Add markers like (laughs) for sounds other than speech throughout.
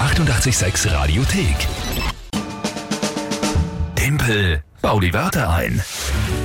886 Radiothek. Tempel, bau die Wörter ein.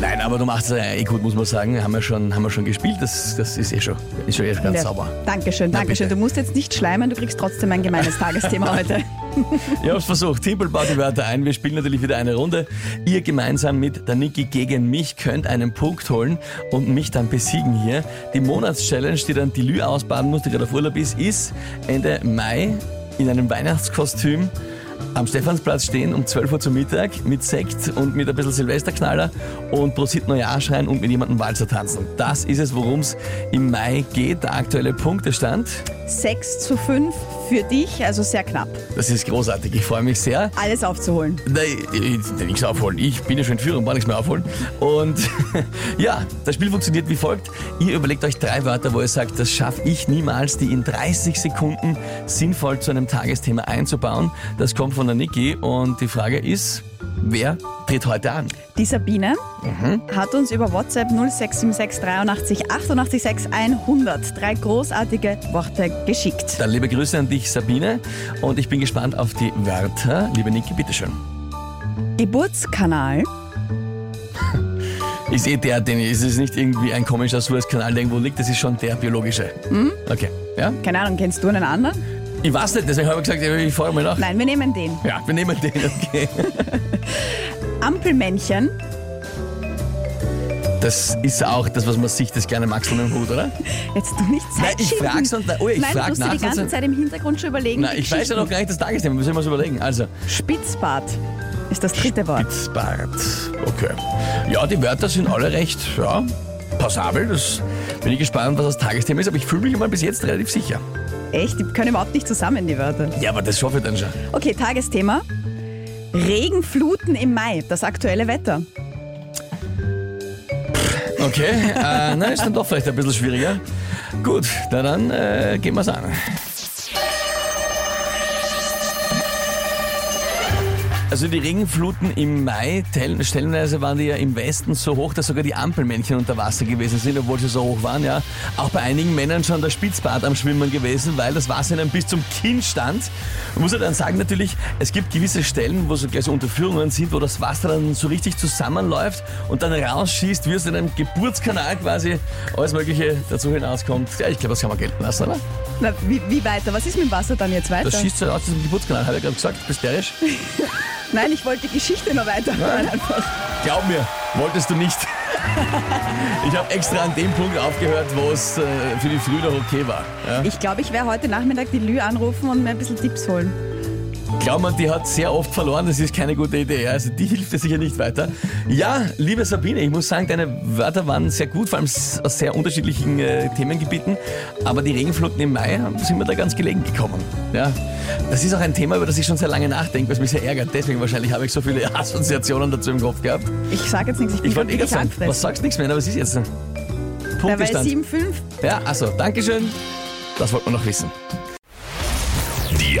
Nein, aber du machst es ja eh gut, muss man sagen. Haben wir schon, haben wir schon gespielt. Das, das ist eh schon, ist schon eh ganz Ja. sauber. Dankeschön, Na, Dankeschön. bitte. Du musst jetzt nicht schleimen, du kriegst trotzdem ein gemeines (laughs) Tagesthema heute. Ich hab's versucht. Tippel baut die Wörter ein. Wir spielen natürlich wieder eine Runde. Ihr gemeinsam mit der Niki gegen mich könnt einen Punkt holen und mich dann besiegen hier. Die Monatschallenge, die dann die Lü ausbaden muss, die gerade auf Urlaub ist, ist Ende Mai in einem Weihnachtskostüm am Stephansplatz stehen um 12 Uhr zu Mittag mit Sekt und mit ein bisschen Silvesterknaller und Prosit Neujahr schreien und mit jemandem Walzer tanzen. Das ist es, worum es im Mai geht. Der aktuelle Punktestand. 6 zu 5 für dich, also sehr knapp. Das ist großartig. Ich freue mich sehr. Alles aufzuholen. Nein, ich- ich- nichts aufholen. Ich bin ja schon in Führung, kann nichts mehr aufholen. Und (laughs) ja, das Spiel funktioniert wie folgt. Ihr überlegt euch drei Wörter, wo ihr sagt, das schaffe ich niemals, die in 30 Sekunden sinnvoll zu einem Tagesthema einzubauen. Das kommt von der Niki und die Frage ist, wer tritt heute an? Die Sabine Mhm. hat uns über WhatsApp 0676 83 88 6 100 drei großartige Worte geschickt. Dann liebe Grüße an dich, Sabine. Und ich bin gespannt auf die Wörter. Liebe Niki, bitteschön. Geburtskanal, Ist eh der, den es ist nicht irgendwie ein komischer Suezkanal, der irgendwo liegt. Das ist schon der biologische. Okay, ja? keine Ahnung, kennst du einen anderen? Ich weiß nicht, deswegen habe ich gesagt, ich fahre mal nach. Nein, wir nehmen den. Ja, wir nehmen den, okay. Ampelmännchen, Das ist auch das, was man sieht, das kleine Maxel mit dem Hut, oder? jetzt du nicht Zeit Nein, ich schinden. frag's und- oh, ich Nein, frag du musst dir nach, die ganze sonst- Zeit im Hintergrund schon überlegen. Nein, die ich weiß ja Geschichten. noch gar nicht das Tagesthema, müssen wir uns überlegen. Also, Spitzbart ist das dritte Wort. Spitzbart. Okay. Ja, die Wörter sind alle recht, ja, passabel. Das bin ich gespannt, was das Tagesthema ist, aber ich fühle mich mal bis jetzt relativ sicher. Echt, die können überhaupt nicht zusammen, die Wörter. Ja, aber das schaffe ich dann schon. Okay, Tagesthema. Regenfluten im Mai, das aktuelle Wetter. Okay, äh, na, ist dann doch vielleicht ein bisschen schwieriger. Gut, na dann äh, gehen wir's an. Also die Regenfluten im Mai, tell- stellenweise waren die ja im Westen so hoch, dass sogar die Ampelmännchen unter Wasser gewesen sind, obwohl sie so hoch waren, ja. Auch bei einigen Männern schon der Spitzbart am Schwimmen gewesen, weil das Wasser ihnen bis zum Kinn stand. Man muss ja dann sagen natürlich, es gibt gewisse Stellen, wo so, so Unterführungen sind, wo das Wasser dann so richtig zusammenläuft und dann rausschießt, wie aus einem Geburtskanal quasi alles mögliche dazu hinauskommt. Ja, ich glaube, das kann man gelten lassen, oder? Na, wie, wie weiter? Was ist mit dem Wasser dann jetzt weiter? Das schießt so aus diesem Geburtskanal, habe ich gerade gesagt, bist derisch? Nein, ich wollte die Geschichte noch weiterhören. einfach. Glaub mir, wolltest du nicht. Ich habe extra an dem Punkt aufgehört, wo es äh, für die Früh noch okay war. Ja? Ich glaube, ich werde heute Nachmittag die Lü anrufen und mir ein bisschen Tipps holen. Glaub mir, die hat sehr oft verloren, das ist keine gute Idee. ja. Also die hilft dir sicher nicht weiter. Ja, liebe Sabine, ich muss sagen, deine Wörter waren sehr gut, vor allem s- aus sehr unterschiedlichen äh, Themengebieten. Aber die Regenfluten im Mai sind mir da ganz gelegen gekommen. Ja? Das ist auch ein Thema, über das ich schon sehr lange nachdenke, was mich sehr ärgert. Deswegen wahrscheinlich habe ich so viele (laughs) Assoziationen dazu im Kopf gehabt. Ich sage jetzt nichts, ich bin Ich wollte eh grad sagen, gerade wirklich was angefressen. sagst du nichts mehr, aber es ist jetzt ein Na, weil Punktestand. 7,5 Ja, also, Dankeschön. Das wollte man noch wissen. Die